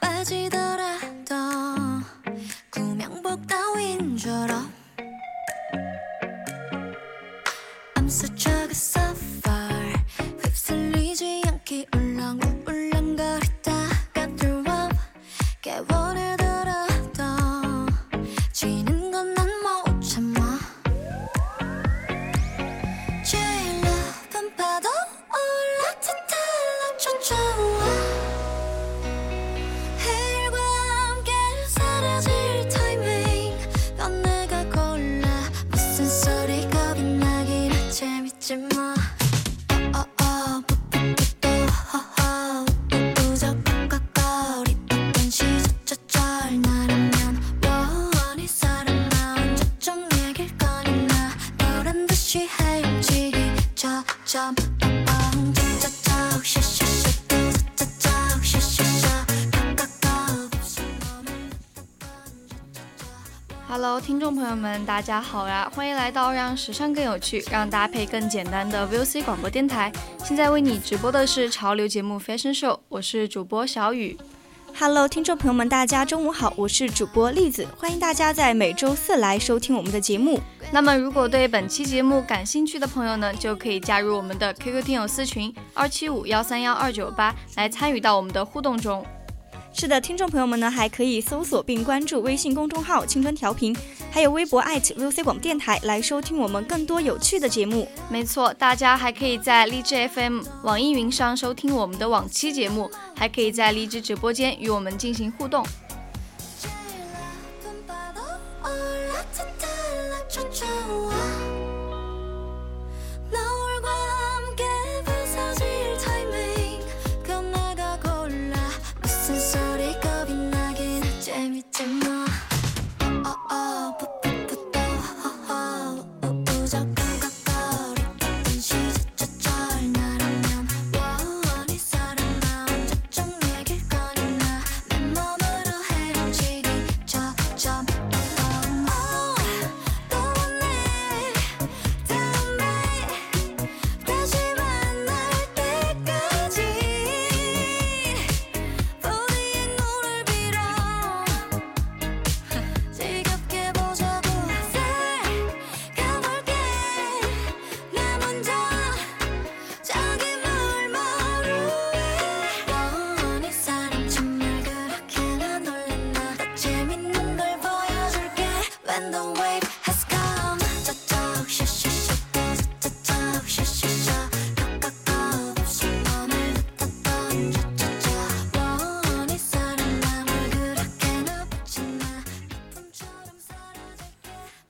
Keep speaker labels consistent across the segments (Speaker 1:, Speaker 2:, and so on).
Speaker 1: 빠지더라도 구명복 따윈 줄어 I'm such a good suffer 휩쓸리지 않게 울렁 울렁거리다가 throw up 깨워내 들어도 지는 건 난뭐 못 참아 제일높은 파도 올라타다 참 좋아 해일과 함께 사라질 타이밍 넌 내가 골라 무슨 소리 겁이 나긴 해 재밌지 뭐 어어어 뭐 부부부도 허허 우두적 깍깍거리 어떤 시저저절 나라면 원이 사람 나온 저쪽 얘길 꺼내나 노란 듯이 헤엄치기 저점 빠빵 저저저 샤샤샤 저저저 샤샤샤 깍깍거 없이 너만
Speaker 2: Hello，听众朋友们，大家好呀！欢迎来到让时尚更有趣、让搭配更简单的 VOC 广播电台。现在为你直播的是潮流节目 Fashion Show，我是主播小雨。
Speaker 3: Hello，听众朋友们，大家中午好，我是主播栗子，欢迎大家在每周四来收听我们的节目。
Speaker 2: 那么，如果对本期节目感兴趣的朋友呢，就可以加入我们的 QQ 听友私群二七五幺三幺二九八来参与到我们的互动中。
Speaker 3: 是的，听众朋友们呢，还可以搜索并关注微信公众号“青春调频”，还有微博 @VOC 广播电台来收听我们更多有趣的节目。
Speaker 2: 没错，大家还可以在荔枝 FM、网易云上收听我们的往期节目，还可以在荔枝直播间与我们进行互动。
Speaker 1: 제일 높은 파도 올라타다 나참 좋아 너울과 함께 부서질 타이밍 그건 내가 골라 무슨 소리 겁이 나긴 해 재밌지 뭐 어어어 부부부도 허허 우우적 깜깜거리 어떤 시저저절 나라면 원이 살아나온 저쪽 얘길 꺼내나 내 몸으로 헤엄치기 저점 또 왔네 다음에 다시 만날 때까지 우리의 눈을 빌어 즐겁게 보자고 생각볼게 나 먼저 저기 물머루에 너니 어, 사람 정말 그렇게나 놀랬나 더 재밌는 걸 보여줄게 When the wave has come 저쪽 샤샤샤 저쪽 샤샤샤 깍깍깍 없이 맘을 흩었던 저저저 어, 원이 사람 남을 그렇게나 붙였나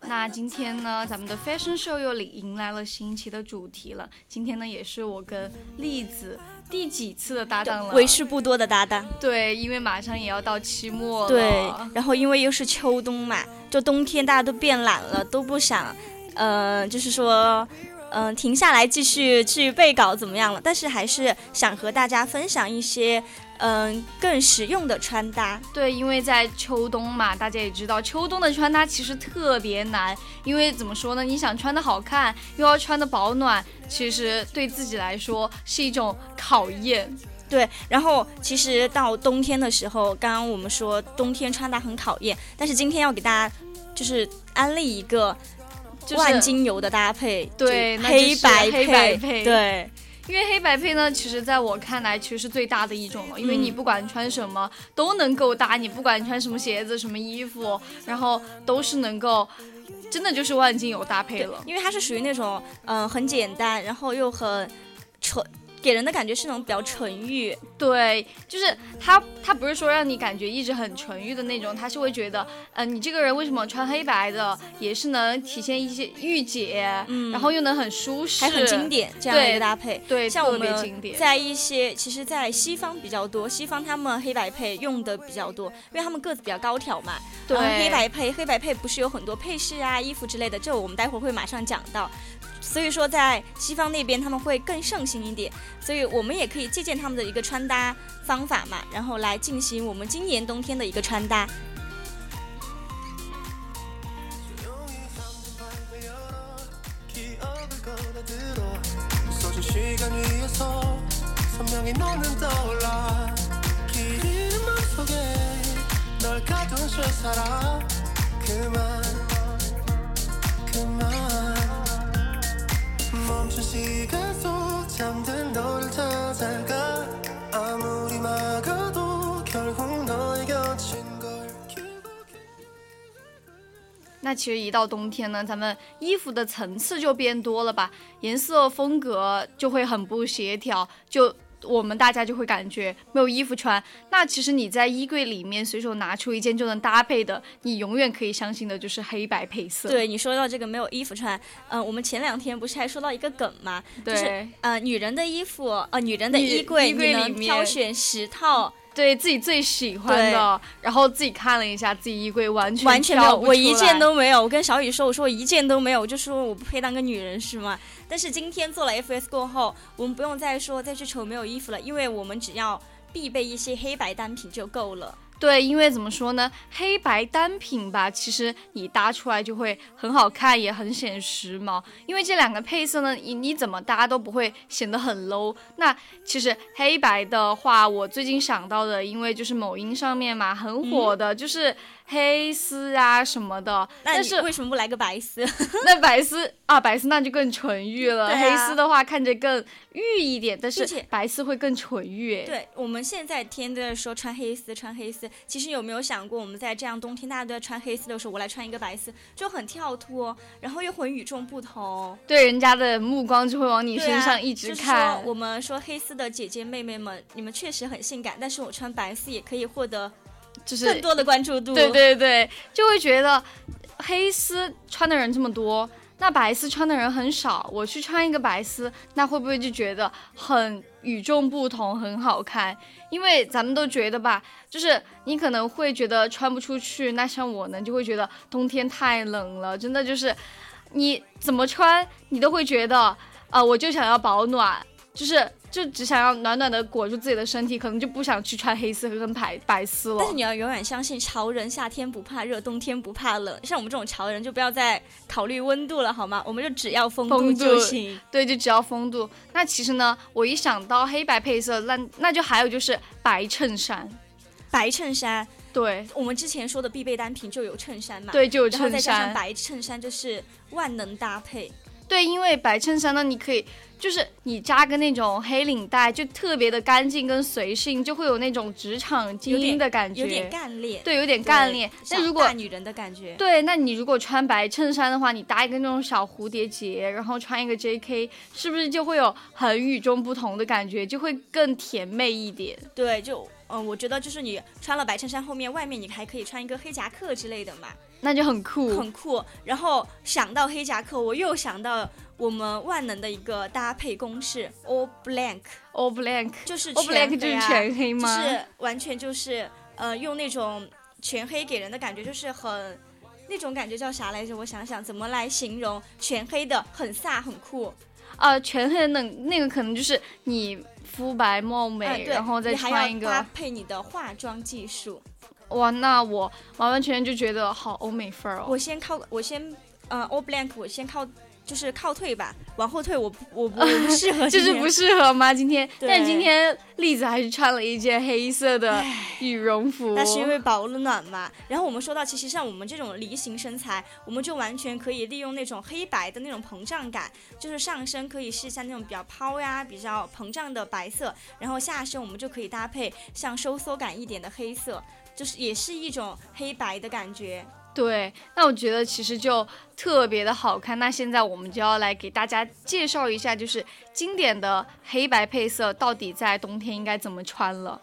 Speaker 2: 那今天呢，咱们的 Fashion Show 又领迎来了新期的主题了。今天呢，也是我跟栗子第几次的搭档了？
Speaker 3: 为数不多的搭档，
Speaker 2: 对，因为马上也要到期末了。
Speaker 3: 对，然后因为又是秋冬嘛，就冬天大家都变懒了，都不想，呃，就是说，嗯、停下来继续去背稿怎么样了？但是还是想和大家分享一些，嗯、更实用的穿搭。
Speaker 2: 对，因为在秋冬嘛，大家也知道，秋冬的穿搭其实特别难，因为怎么说呢？你想穿的好看，又要穿的保暖，其实对自己来说是一种考验。
Speaker 3: 对，然后其实到冬天的时候，刚刚我们说冬天穿搭很讨厌，但是今天要给大家就是安利一个
Speaker 2: 就是
Speaker 3: 万金油的搭配，
Speaker 2: 对
Speaker 3: 就
Speaker 2: 那就是
Speaker 3: 黑白
Speaker 2: 黑白配
Speaker 3: 对。
Speaker 2: 因为黑白配呢，其实在我看来，其实是最大的一种了。因为
Speaker 3: 嗯
Speaker 2: 你不管穿什么都能够搭，你不管穿什么鞋子、什么衣服，然后都是能够，真的就是万金油搭配
Speaker 3: 对
Speaker 2: 了，。
Speaker 3: 因为它是属于那种嗯、呃很简单，然后又很纯给人的感觉是那种比较纯欲，
Speaker 2: 对，就是他，他不是说让你感觉一直很纯欲的那种，他是会觉得，呃，你这个人为什么穿黑白的，也是能体现一些御姐，
Speaker 3: 嗯
Speaker 2: 然后又能很舒适，
Speaker 3: 还很经，典这样的一
Speaker 2: 对
Speaker 3: 个搭配。
Speaker 2: 对，
Speaker 3: 像
Speaker 2: 特
Speaker 3: 我
Speaker 2: 别经
Speaker 3: 们
Speaker 2: 典，
Speaker 3: 在一些，其实，在西方比较多，西方他们黑白配用的比较多，因为他们个子比较高挑嘛。
Speaker 2: 对，
Speaker 3: 然后黑白配，黑白配不是有很多配饰啊、衣服之类的，这我们待会儿会马上讲到。所以说，在西方那边他们会更盛行一点，所以我们也可以借鉴他们的一个穿搭方法嘛，然后来进行我们今年冬天的一个穿搭。
Speaker 4: 기억을 걸어들어 부서진 시간 위에서 선명히 너는 떠올라 길 잃은 맘속에 널 가둔 실사라 그만 그만 멈춘 시간 속 잠든 너를 찾아가 아무리 막아도 결국 너의 곁인 걸 기억해
Speaker 2: 那其实一到冬天呢，咱们衣服的层次就变多了吧，颜色风格就会很不协调，就我们大家就会感觉没有衣服穿。那其实你在衣柜里面随手拿出一件就能搭配的，你永远可以相信的就是黑白配色。
Speaker 3: 对你说到这个没有衣服穿，嗯、我们前两天不是还说到一个梗吗？
Speaker 2: 对、
Speaker 3: 就是呃，女人的衣服，呃，女人的
Speaker 2: 女
Speaker 3: 衣柜，
Speaker 2: 衣柜里
Speaker 3: 你能
Speaker 2: 面
Speaker 3: 挑选十套，
Speaker 2: 对自己最喜欢的，然后自己看了一下自己衣柜，完全
Speaker 3: 完全没有，
Speaker 2: 挑不
Speaker 3: 我一
Speaker 2: 出来
Speaker 3: 件都没有。我跟小雨说，我说我一件都没有，我就说我不配当个女人是吗？但是今天做了 FS 过后，我们不用再说再去愁没有衣服了，因为我们只要必备一些黑白单品就够了。
Speaker 2: 对，因为怎么说呢，黑白单品吧，其实你搭出来就会很好看，也很显时髦。因为这两个配色呢，你你怎么搭都不会显得很 low。那其实黑白的话，我最近想到的，因为就是某音上面嘛
Speaker 3: 嗯
Speaker 2: 很火的，就是黑丝啊什么的。
Speaker 3: 那
Speaker 2: 但
Speaker 3: 你
Speaker 2: 是
Speaker 3: 为什么不来个 白丝？
Speaker 2: 那白丝啊，白丝那就更纯欲了，
Speaker 3: 对啊
Speaker 2: 黑丝的话看着更欲一点，但是
Speaker 3: 并且
Speaker 2: 白丝会更纯欲。哎，
Speaker 3: 对，我们现在天天都在说穿黑丝，穿黑丝。其实有没有想过，我们在这样冬天大家都在穿黑丝的时候，我来穿一个白丝，就很跳脱，然后又很与众不同。
Speaker 2: 对人家的目光就会往你
Speaker 3: 对
Speaker 2: 身
Speaker 3: 啊
Speaker 2: 上一
Speaker 3: 就
Speaker 2: 直
Speaker 3: 是
Speaker 2: 看。
Speaker 3: 说我们说黑丝的姐姐妹妹们，你们确实很性感，但是我穿白丝也可以获得
Speaker 2: 就是
Speaker 3: 更多的关注度。
Speaker 2: 对对对，就会觉得黑丝穿的人这么多，那白丝穿的人很少，我去穿一个白丝，那会不会就觉得很与众不同，很好看？因为咱们都觉得吧，就是你可能会觉得穿不出去，那像我呢，就会觉得冬天太冷了，真的就是你怎么穿，你都会觉得，呃，我就想要保暖，就是。就只想要暖暖的裹住自己的身体，可能就不想去穿黑丝和跟白白丝了。
Speaker 3: 但是你要永远相信潮人夏天不怕热，冬天不怕冷。像我们这种潮人就不要再考虑温度了，好吗？我们就只要风
Speaker 2: 风度
Speaker 3: 就行。
Speaker 2: 对，就只要风度。那其实呢，我一想到黑白配色，那那就还有就是白衬衫，
Speaker 3: 白衬衫，
Speaker 2: 对
Speaker 3: 我们之前说的必备单品就有衬衫嘛。
Speaker 2: 对，就有
Speaker 3: 然后
Speaker 2: 衬
Speaker 3: 再加上
Speaker 2: 衫，
Speaker 3: 白衬衫，就是万能搭配。
Speaker 2: 对，因为白衬衫呢，你可以就是你扎个那种黑领带，就特别的干净跟随性，就会有那种职场精英的感觉，
Speaker 3: 有点干练，
Speaker 2: 对，有点
Speaker 3: 对，
Speaker 2: 干练。那
Speaker 3: 像
Speaker 2: 如果
Speaker 3: 大女人的感觉，
Speaker 2: 对，那你如果穿白衬衫的话，你搭一个那种小蝴蝶结，然后穿一个 J.K.，是不是就会有很与众不同的感觉，就会更甜妹一点？
Speaker 3: 对，就嗯、呃我觉得就是你穿了白衬衫，后面外面你还可以穿一个黑夹克之类的嘛，
Speaker 2: 那就很酷，
Speaker 3: 很酷。然后想到黑夹克，我又想到我们万能的一个搭配公式，all blank，
Speaker 2: all black。
Speaker 3: 就是
Speaker 2: 哦，b
Speaker 3: 全
Speaker 2: l a
Speaker 3: 黑、啊、
Speaker 2: c 就是全黑
Speaker 3: 就
Speaker 2: 吗？
Speaker 3: 是完全就是呃，用那种全黑给人的感觉就是很。那种感觉叫啥来着？我想想怎么来形容全黑的，很飒，很酷。
Speaker 2: 呃，全黑的那那个可能就是你肤白貌美，
Speaker 3: 嗯，对，
Speaker 2: 然后再
Speaker 3: 你还要
Speaker 2: 穿一
Speaker 3: 搭
Speaker 2: 个，
Speaker 3: 配你的化妆技术。
Speaker 2: 哇，那我完完全全就觉得好欧美范儿哦。
Speaker 3: 我先靠，我先呃，all blank，我先靠，就是靠退吧，往后退我不，我不我不适 合
Speaker 2: 就
Speaker 3: 今
Speaker 2: 是
Speaker 3: 年，
Speaker 2: 不适合吗？今天，
Speaker 3: 对
Speaker 2: 但今天栗子还是穿了一件黑色的羽绒服。
Speaker 3: 那是因为保暖嘛。然后我们说到，其实像我们这种梨形身材，我们就完全可以利用那种黑白的那种膨胀感，就是上身可以试一下那种比较抛呀、比较膨胀的白色，然后下身我们就可以搭配像收缩感一点的黑色，就是也是一种黑白的感觉。
Speaker 2: 对，那我觉得其实就特别的好看。那现在我们就要来给大家介绍一下，就是经典的黑白配色到底在冬天应该怎么穿了。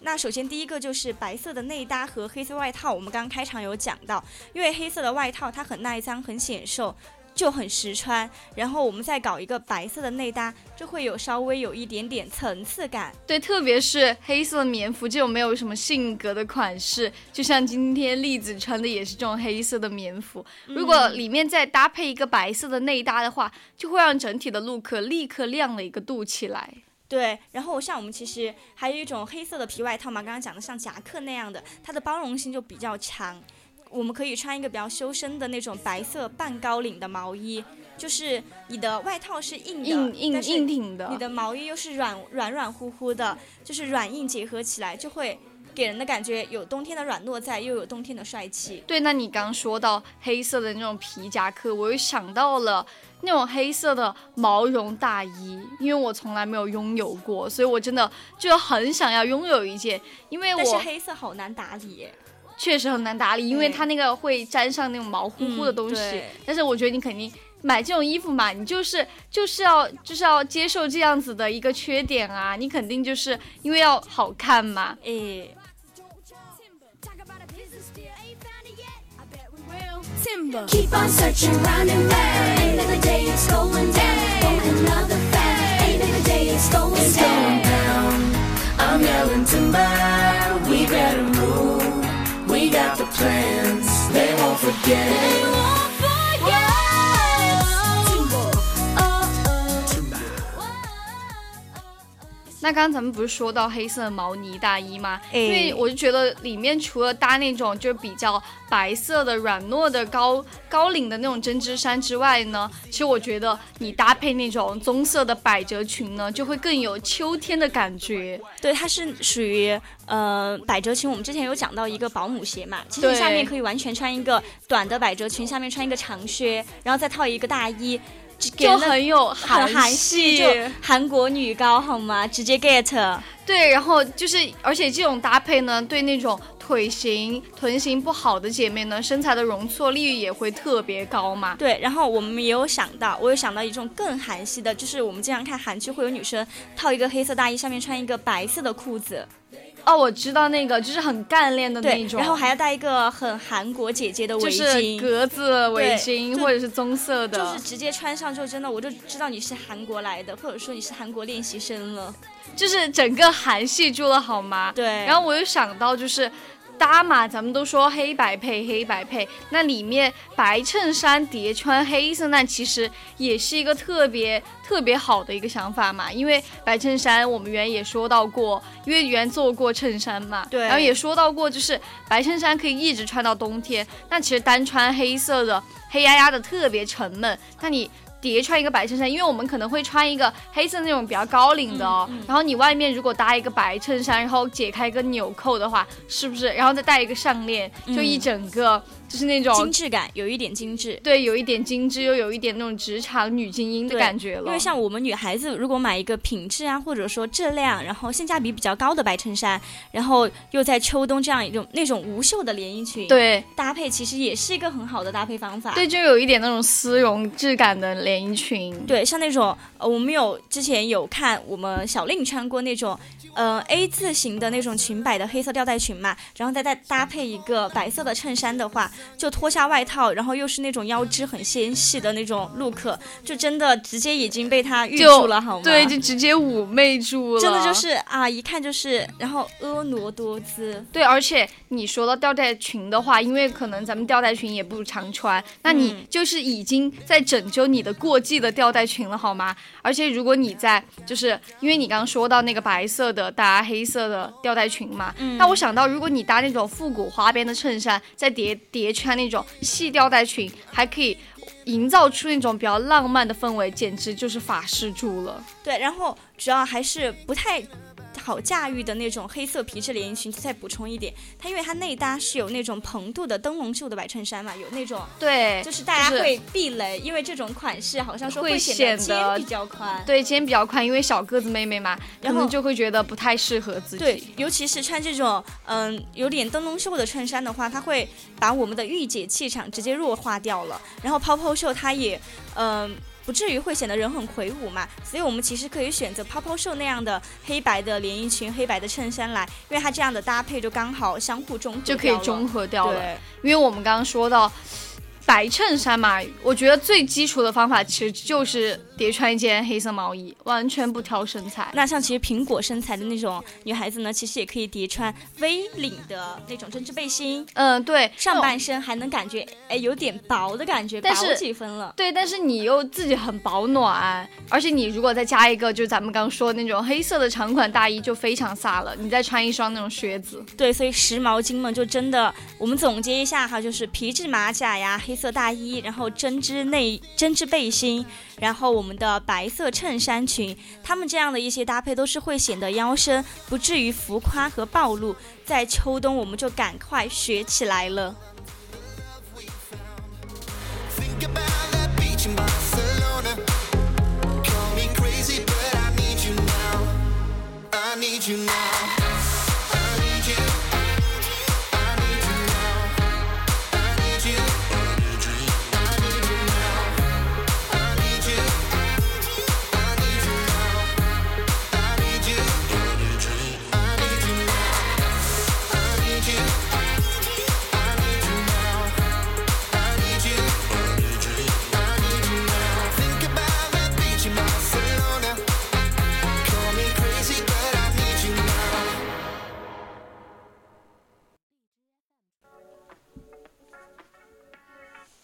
Speaker 3: 那首先第一个就是白色的内搭和黑色外套，我们刚刚开场有讲到，因为黑色的外套它很耐脏、很显瘦，就很实穿。然后我们再搞一个白色的内搭，就会有稍微有一点点层次感。
Speaker 2: 对，特别是黑色的棉服这种没有什么性格的款式，就像今天栗子穿的也是这种黑色的棉服。
Speaker 3: 嗯
Speaker 2: 如果里面再搭配一个白色的内搭的话，就会让整体的 look 立刻亮了一个度起来。
Speaker 3: 对，然后像我们其实还有一种黑色的皮外套嘛，刚刚讲的像夹克那样的，它的包容性就比较强。我们可以穿一个比较修身的那种白色半高领的毛衣，就是你的外套是硬的，
Speaker 2: 硬硬
Speaker 3: 但是
Speaker 2: 硬挺的，
Speaker 3: 你的毛衣又是软软软乎乎的，就是软硬结合起来，就会给人的感觉有冬天的软糯在，又有冬天的帅气。
Speaker 2: 对，那你刚说到黑色的那种皮夹克，我又想到了那种黑色的毛绒大衣，因为我从来没有拥有过，所以我真的就很想要拥有一件，因为
Speaker 3: 但是
Speaker 2: 我
Speaker 3: 黑色好难打理耶，
Speaker 2: 确实很难打理，因为
Speaker 3: 对
Speaker 2: 它那个会沾上那种毛乎乎的
Speaker 3: 嗯
Speaker 2: 东西。
Speaker 3: 对
Speaker 2: 但是我觉得你肯定买这种衣服嘛，你就是就是要就是要接受这样子的一个缺点啊，你肯定就是因为要好看嘛。
Speaker 3: 诶，
Speaker 1: Keep on searching round and round. Ain't another day it's going down. On another fact. Ain't another day it's going down.
Speaker 5: I'm yelling timber, we better move. We got the plans, they won't forget. Uh-uh.
Speaker 1: Timber.
Speaker 2: 那刚刚咱们不是说到黑色的毛呢大衣吗？
Speaker 3: 哎
Speaker 2: 因为我就觉得里面除了搭那种就比较白色的软糯的高高领的那种针织衫之外呢，其实我觉得你搭配那种棕色的百褶裙呢，就会更有秋天的感觉。
Speaker 3: 对，它是属于呃百褶裙。我们之前有讲到一个保姆鞋嘛，其实
Speaker 2: 对
Speaker 3: 你下面可以完全穿一个短的百褶裙，下面穿一个长靴，然后再套一个大衣，只给
Speaker 2: 就
Speaker 3: 人的
Speaker 2: 很有
Speaker 3: 很韩
Speaker 2: 系，
Speaker 3: 系，就韩国女高好吗？直接 get。
Speaker 2: 对，然后就是，而且这种搭配呢，对那种腿型、臀型不好的姐妹呢，身材的容错率也会特别高嘛。
Speaker 3: 对，然后我们也有想到，我有想到一种更韩系的，就是我们经常看韩剧会有女生套一个黑色大衣，下面穿一个白色的裤子，
Speaker 2: 哦，我知道那个，就是很干练的
Speaker 3: 对
Speaker 2: 那，种，
Speaker 3: 然后还要戴一个很韩国姐姐的围
Speaker 2: 就是
Speaker 3: 巾。
Speaker 2: 格子围
Speaker 3: 对
Speaker 2: 巾
Speaker 3: 就
Speaker 2: 或者是棕色的，
Speaker 3: 就是直接穿上之后，真的我就知道你是韩国来的，或者说你是韩国练习生了。
Speaker 2: 就是整个韩系住了好吗？
Speaker 3: 对
Speaker 2: 然后我又想到就是。搭嘛，咱们都说黑白配，黑白配，那里面白衬衫叠穿黑色，那其实也是一个特别特别好的一个想法嘛。因为白衬衫我们原也说到过，因为原做过衬衫嘛，
Speaker 3: 对
Speaker 2: 然后也说到过，就是白衬衫可以一直穿到冬天，那其实单穿黑色的黑压压的特别沉闷，那你叠穿一个白衬衫，因为我们可能会穿一个黑色那种比较高领的
Speaker 3: 嗯
Speaker 2: 哦，然后你外面如果搭一个白衬衫，然后解开一个纽扣的话，是不是？然后再戴一个项链，就一整个就是那种、
Speaker 3: 精致感有一点精致，
Speaker 2: 对，有一点精致又有一点那种职场女精英的
Speaker 3: 对
Speaker 2: 感觉了。
Speaker 3: 因为像我们女孩子，如果买一个品质啊，或者说质量，然后性价比比较高的白衬衫，然后又在秋冬这样一种那种无袖的连衣裙，，
Speaker 2: 对
Speaker 3: 搭配其实也是一个很好的搭配方法。
Speaker 2: 对，就有一点那种丝绒质感的连衣裙。
Speaker 3: 对，像那种呃，我们有之前有看我们小令穿过那种，呃 A 字形的那种裙摆的黑色吊带裙嘛，然后再再搭配一个白色的衬衫的话，就脱下外套，然后又是那种腰肢很纤细的那种 look，就真的直接已经被它预
Speaker 2: 就
Speaker 3: 住了，好吗？
Speaker 2: 对，就直接妩媚住了，
Speaker 3: 真的就是啊，一看就是，然后婀娜多姿，
Speaker 2: 对，而且你说到吊带裙的话，因为可能咱们吊带裙也不常穿，那你
Speaker 3: 嗯
Speaker 2: 就是已经在拯救你的过季的吊带裙了，好吗？而且如果你在，就是因为你刚刚说到那个白色的搭黑色的吊带裙嘛，
Speaker 3: 嗯
Speaker 2: 那我想到如果你搭那种复古花边的衬衫，再叠叠穿那种细吊带裙，还可以营造出那种比较浪漫的氛围，简直就是法式住了。
Speaker 3: 对，然后主要还是不太。好驾驭的那种黑色皮质连衣裙。再补充一点，它因为它内搭是有那种蓬度的灯笼袖的白衬衫嘛，有那种
Speaker 2: 对，
Speaker 3: 就是大家
Speaker 2: 就是
Speaker 3: 会避雷，因为这种款式好像说
Speaker 2: 会
Speaker 3: 显
Speaker 2: 显得
Speaker 3: 肩比较宽。
Speaker 2: 对肩比较宽，因为小个子妹妹嘛，可
Speaker 3: 然后
Speaker 2: 能就会觉得不太适合自
Speaker 3: 对
Speaker 2: 己。，
Speaker 3: 尤其是穿这种嗯、有点灯笼袖的衬衫的话，它会把我们的御姐气场直接弱化掉了。然后泡泡袖它也嗯、不至于会显得人很魁梧嘛，所以我们其实可以选择泡泡袖那样的黑白的连衣裙、黑白的衬衫来，因为它这样的搭配就刚好相互中和
Speaker 2: 就可以
Speaker 3: 掉了
Speaker 2: 中和掉了，
Speaker 3: 对
Speaker 2: 因为我们刚刚说到白衬衫嘛，我觉得最基础的方法其实就是叠穿一件黑色毛衣，完全不挑身材。
Speaker 3: 那像其实苹果身材的那种女孩子呢，其实也可以叠穿 V 领的那种针织背心，
Speaker 2: 嗯，对，
Speaker 3: 上半身还能感觉哎有点薄的感觉，
Speaker 2: 但是
Speaker 3: 薄几分了。
Speaker 2: 对，但是你又自己很保暖，而且你如果再加一个，就是咱们刚刚说的那种黑色的长款大衣，就非常飒了。你再穿一双那种靴子，
Speaker 3: 对，所以时髦精们就真的，我们总结一下哈，就是皮质马甲呀、黑色大衣，然后针织内针织背心，然后我们的白色衬衫裙，他们这样的一些搭配都是会显得腰身不至于浮夸和暴露。在秋冬，我们就赶快学起来了。
Speaker 4: Think about that beach in Barcelona. Call me crazy, but I need you now. I need you now. I need you. I need you now. I need you. I need you. I need you now. I need you. I need you now. I need you. I need you. I need you now. I need you. I need you now. I need you. I need you. I need you now. Think about that beach in Barcelona. Call me crazy, but I need you now.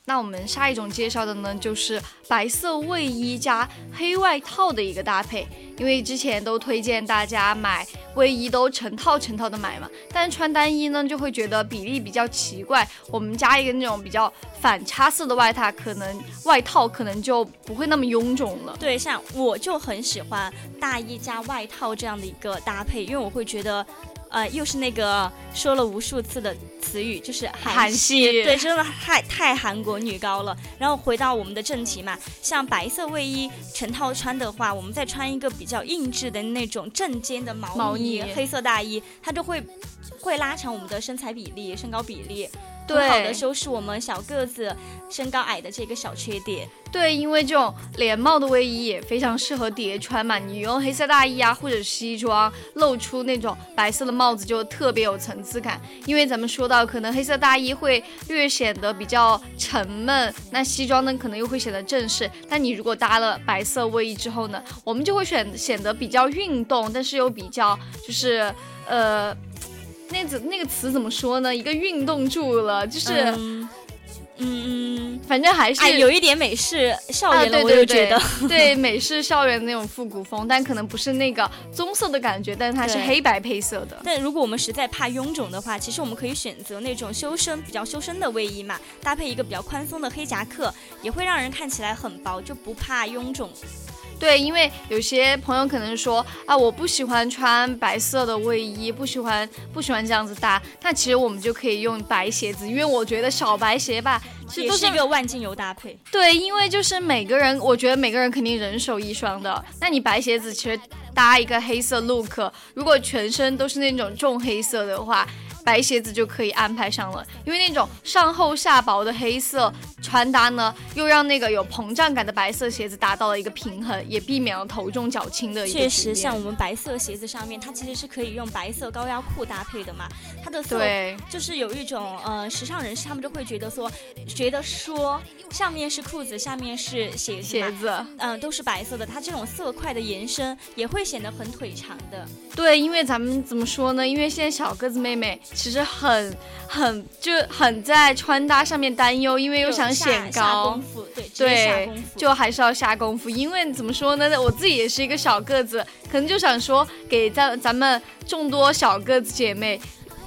Speaker 2: 那我们下一种介绍的呢，就是白色卫衣加黑外套的一个搭配。因为之前都推荐大家买卫衣都成套成套的买嘛，但是穿单衣呢就会觉得比例比较奇怪。我们加一个那种比较反差色的外套，可能外套可能就不会那么臃肿了。
Speaker 3: 对，像我就很喜欢大衣加外套这样的一个搭配，因为我会觉得，呃，又是那个说了无数次的词语，就是韩
Speaker 2: 韩系
Speaker 3: 对，真的太太韩国女高了。然后回到我们的正题嘛，像白色卫衣成套穿的话，我们再穿一个比较硬质的那种正肩的毛
Speaker 2: 毛
Speaker 3: 呢
Speaker 2: 呢
Speaker 3: 黑色大衣，它就会会拉长我们的身材比例、身高比例，
Speaker 2: 对
Speaker 3: 很好的修饰我们小个子、身高矮的这个小缺点。
Speaker 2: 对，因为这种连帽的卫衣也非常适合叠穿嘛，你用黑色大衣啊或者西装露出那种白色的帽子就特别有层次感。因为咱们说到，可能黑色大衣会略显得比较沉闷，那西装呢可能又会显得正式。但你如果搭了白色卫衣之后呢，我们就会选显得比较运动，但是又比较就是呃。那怎那个词怎么说呢？一个运动住了，就是、
Speaker 3: 嗯嗯。嗯
Speaker 2: 反正还是、
Speaker 3: 哎，有一点美式校
Speaker 2: 啊，
Speaker 3: 园
Speaker 2: 对
Speaker 3: 了，我
Speaker 2: 对
Speaker 3: 就
Speaker 2: 对
Speaker 3: 觉得。
Speaker 2: 对 美式校园那种复古风，但可能不是那个棕色的感觉，但是它是
Speaker 3: 对
Speaker 2: 黑白配色的。
Speaker 3: 但如果我们实在怕臃肿的话，其实我们可以选择那种修身比较修身的卫衣嘛，搭配一个比较宽松的黑夹克，也会让人看起来很薄，就不怕臃肿。
Speaker 2: 对，因为有些朋友可能说啊，我不喜欢穿白色的卫衣，不喜欢不喜欢这样子搭。那其实我们就可以用白鞋子，因为我觉得小白鞋吧，其实
Speaker 3: 也
Speaker 2: 都
Speaker 3: 是一个万金油搭配。
Speaker 2: 对，因为就是每个人，我觉得每个人肯定人手一双的。那你白鞋子其实搭一个黑色 look，如果全身都是那种重黑色的话，白鞋子就可以安排上了。因为那种上厚下薄的黑色穿搭呢，又让那个有膨胀感的白色鞋子达到了一个平衡，也避免了头重脚轻的一个
Speaker 3: 确
Speaker 2: 局面
Speaker 3: 实，像我们白色鞋子上面，它其实是可以用白色高腰裤搭配的嘛，它的色
Speaker 2: 对
Speaker 3: 就是有一种呃时尚人士，他们就会觉得说，觉得说上面是裤子，下面是鞋子嘛
Speaker 2: 鞋子。
Speaker 3: 嗯、都是白色的，它这种色块的延伸也会显得很腿长的。
Speaker 2: 对，因为咱们怎么说呢？因为现在小个子妹妹其实很很就很在穿搭上面担忧，因为又
Speaker 3: 就
Speaker 2: 想
Speaker 3: 下
Speaker 2: 显
Speaker 3: 下
Speaker 2: 高
Speaker 3: 功。夫，对，直接下
Speaker 2: 对
Speaker 3: 功，夫
Speaker 2: 就还是要下功夫，因为怎么说呢，我自己也是一个小个子，可能就想说给咱咱们众多小个子姐妹。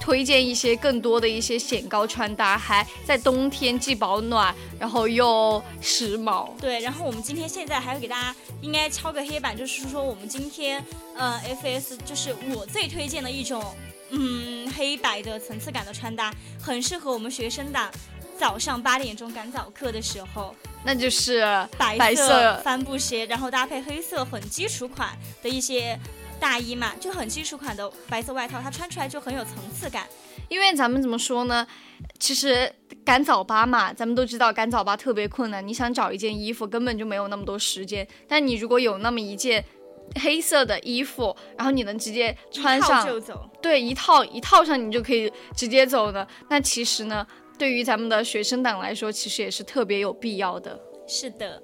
Speaker 2: 推荐一些更多的一些显高穿搭，还在冬天既保暖，然后又时髦。
Speaker 3: 对，然后我们今天现在还要给大家应该敲个黑板，就是说我们今天，呃，FS 就是我最推荐的一种，嗯，黑白的层次感的穿搭，很适合我们学生党早上八点钟赶早课的时候，
Speaker 2: 那就是
Speaker 3: 白
Speaker 2: 白色
Speaker 3: 帆布鞋，然后搭配黑色很基础款的一些大衣嘛，就很基础款的白色外套，它穿出来就很有层次感。
Speaker 2: 因为咱们怎么说呢？其实赶早八嘛，咱们都知道赶早八特别困难，你想找一件衣服根本就没有那么多时间。但你如果有那么一件黑色的衣服，然后你能直接穿
Speaker 3: 一套
Speaker 2: 上，
Speaker 3: 就走，
Speaker 2: 对，一套一套上你就可以直接走的。那其实呢，对于咱们的学生党来说，其实也是特别有必要的。
Speaker 3: 是的。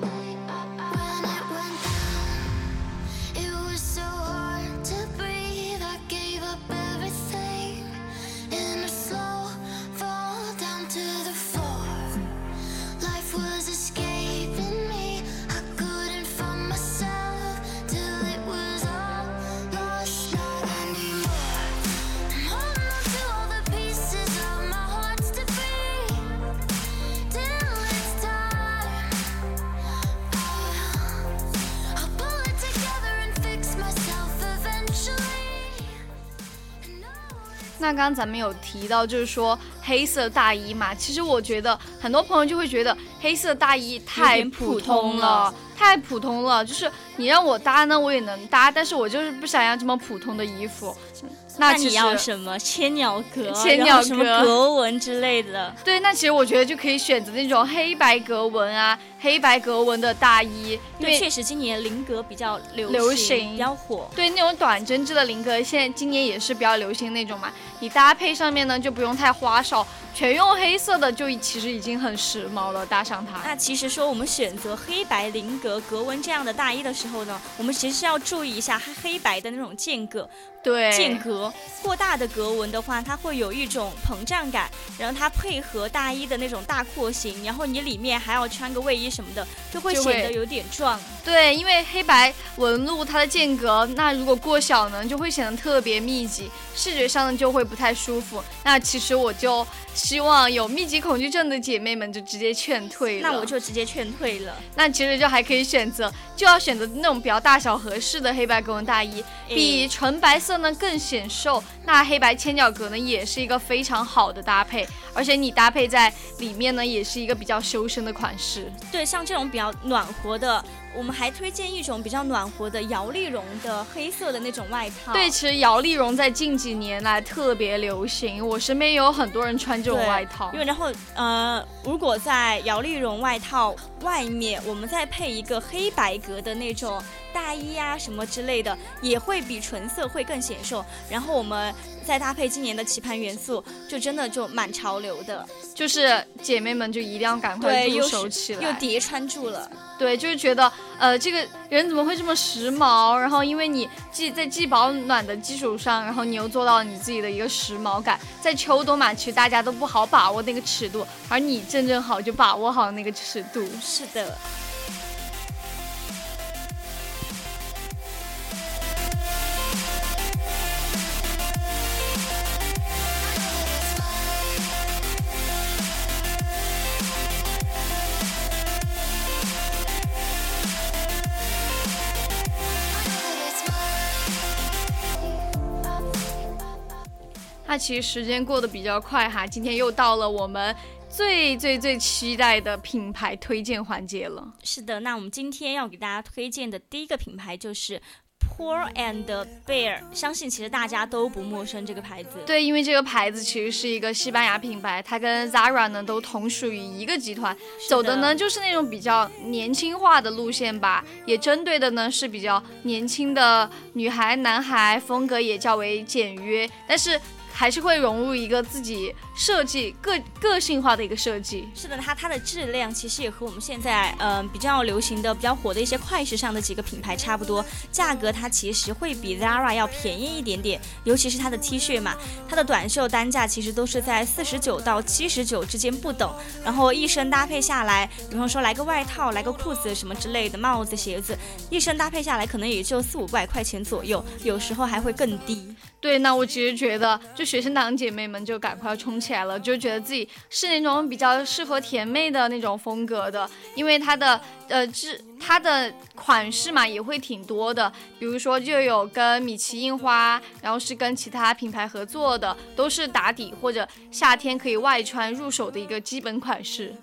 Speaker 1: When it went down, it was so hard to breathe. I gave up everything in a slow fall down to the floor. Life was escaping me. I couldn't find myself till it was all lost. Not anymore. I'm holding on to all the pieces of my heart's debris till it's time. Oh, I'll pull it together and fix myself eventually. And now
Speaker 2: 那刚刚咱们有提到，就是说黑色大衣嘛，其实我觉得很多朋友就会觉得黑色大衣太普通了，太普通了。就是你让我搭呢，我也能搭，但是我就是不想要这么普通的衣服。那其
Speaker 3: 你
Speaker 2: 实
Speaker 3: 要什么千鸟格、
Speaker 2: 千
Speaker 3: 然
Speaker 2: 鸟
Speaker 3: 后什么
Speaker 2: 格
Speaker 3: 格纹之类的？
Speaker 2: 对，那其实我觉得就可以选择那种黑白格纹啊，黑白格纹的大衣，因
Speaker 3: 对，
Speaker 2: 为
Speaker 3: 确实今年菱格比较流
Speaker 2: 流行
Speaker 3: 行，比较火。
Speaker 2: 对，那种短针织的菱格，现在今年也是比较流行那种嘛。你搭配上面呢，就不用太花哨，全用黑色的就其实已经很时髦了，搭上它。
Speaker 3: 那其实说我们选择黑白菱格、格纹这样的大衣的时候呢，我们其实是要注意一下它黑白的那种间隔、
Speaker 2: 对，
Speaker 3: 间隔过大的格纹的话，它会有一种膨胀感，然后它配合大衣的那种大廓形，然后你里面还要穿个卫衣什么的，就会
Speaker 2: 就会
Speaker 3: 显得有点壮。
Speaker 2: 对，因为黑白纹路它的间隔，那如果过小呢，就会显得特别密集，视觉上呢就会不太舒服。那其实我就希望有密集恐惧症的姐妹们就直接劝退了。
Speaker 3: 那我就直接劝退了。
Speaker 2: 那其实就还可以选择，就要选择那种比较大小合适的黑白格纹大衣，
Speaker 3: 嗯
Speaker 2: 比纯白色呢更显瘦。那黑白千角格呢也是一个非常好的搭配，而且你搭配在里面呢也是一个比较修身的款式。
Speaker 3: 对，像这种比较暖和的，我们还推荐一种比较暖和的摇粒绒的黑色的那种外套。
Speaker 2: 对，其实摇粒绒在近几年来特别流行，我身边也有很多人穿这种
Speaker 3: 对
Speaker 2: 外套
Speaker 3: 因。为然后呃，如果在摇粒绒外套外面，我们再配一个黑白格的那种大衣啊什么之类的，也会比纯色会更显瘦。然后我们再搭配今年的棋盘元素，就真的就蛮潮流的，
Speaker 2: 就是姐妹们就一定要赶快
Speaker 3: 对，
Speaker 2: 入
Speaker 3: 又
Speaker 2: 手
Speaker 3: 是
Speaker 2: 起来，
Speaker 3: 又叠穿住了。
Speaker 2: 对，就是觉得呃，这个人怎么会这么时髦？然后因为你既在既保暖的基础上，然后你又做到了你自己的一个时髦感。在秋冬嘛，其实大家都不好把握那个尺度，而你正正好就把握好那个尺度。
Speaker 3: 是的。
Speaker 2: 那其实时间过得比较快哈，今天又到了我们最最最期待的品牌推荐环节了。
Speaker 3: 是的，那我们今天要给大家推荐的第一个品牌就是。 Poor and Bear，相信其实大家都不陌生这个牌子。
Speaker 2: 对，因为这个牌子其实是一个西班牙品牌，它跟 Zara 呢都同属于一个集团，
Speaker 3: 是
Speaker 2: 走的呢就是那种比较年轻化的路线吧，也针对的呢是比较年轻的女孩、男孩，风格也较为简约，但是还是会融入一个自己设计个个性化的一个设计。
Speaker 3: 是的，它它的质量其实也和我们现在嗯、呃比较流行的、比较火的一些快时尚的几个品牌差不多，价格它其实会比 Zara 要便宜一点点，尤其是它的 T 恤嘛，它的短袖单价其实都是在四十九到七十九之间不等，然后一身搭配下来，比方说来个外套、来个裤子什么之类的，帽子、鞋子，一身搭配下来可能也就四五百块钱左右，有时候还会更低。
Speaker 2: 对，那我其实觉得，就学生党姐妹们就赶快冲起来了，就觉得自己是那种比较适合甜妹的那种风格的，因为它的呃质它的款式嘛也会挺多的，比如说就有跟米奇印花，然后是跟其他品牌合作的，都是打底或者夏天可以外穿入手的一个基本款式。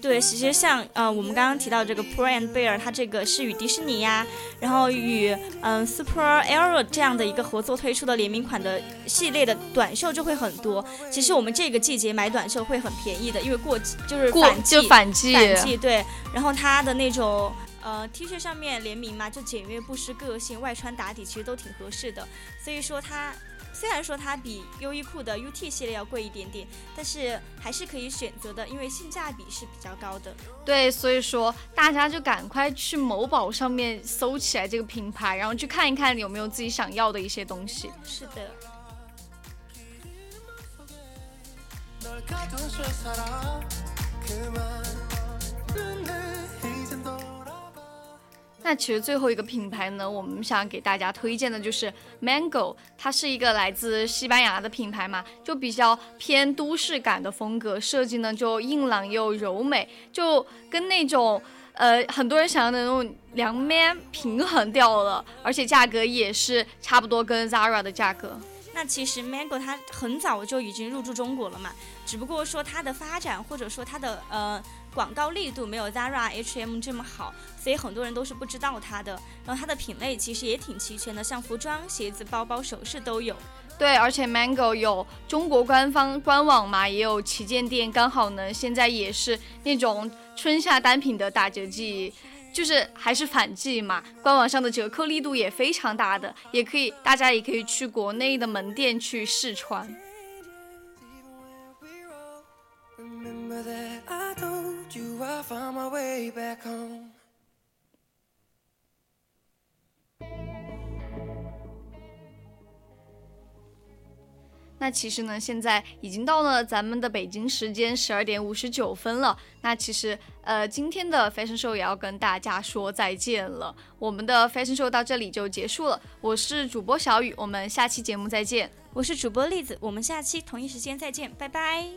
Speaker 3: 对，其实像呃，我们刚刚提到这个 Pro and Bear，它这个是与迪士尼呀、然后与嗯、Super Aero 这样的一个合作推出的联名款的系列的短袖就会很多。其实我们这个季节买短袖会很便宜的，因为过季就是
Speaker 2: 过
Speaker 3: 反季
Speaker 2: 就反季，
Speaker 3: 反季对。然后它的那种呃 T 恤上面联名嘛，就简约不失个性，外穿打底其实都挺合适的。所以说它虽然说它比优衣库的 UT 系列要贵一点点，但是还是可以选择的，因为性价比是比较高的。
Speaker 2: 对，所以说大家就赶快去某宝上面搜起来这个品牌，然后去看一看有没有自己想要的一些东西。
Speaker 3: 是的，
Speaker 4: 널 가둔 사람 그만 근데 이젠 돌아봐
Speaker 2: 那其实最后一个品牌呢，我们想给大家推荐的就是 Mango，它是一个来自西班牙的品牌嘛，就比较偏都市感的风格，设计呢就硬朗又柔美，就跟那种。呃，很多人想要的那种凉面平衡掉了，而且价格也是差不多跟 Zara 的价格。
Speaker 3: 那其实 Mango 它很早就已经入驻中国了嘛，只不过说它的发展或者说它的呃广告力度没有 Zara、H&M 这么好，所以很多人都是不知道它的。然后它的品类其实也挺齐全的，像服装、鞋子、包包、首饰都有。
Speaker 2: 对，而且 Mango 有中国官方官网嘛，也有旗舰店，刚好呢，现在也是那种春夏单品的打折季，就是还是反季嘛，官网上的折扣力度也非常大的，也可以大家也可以去国内的门店去试穿。
Speaker 4: remember that I told you I found my way back home
Speaker 2: 那其实呢，现在已经到了咱们的北京时间十二点五十九分了。那其实，呃，今天的 Fashion Show 也要跟大家说再见了。我们的 Fashion Show 到这里就结束了。我是主播小雨，我们下期节目再见。
Speaker 3: 我是主播栗子，我们下期同一时间再见，拜拜。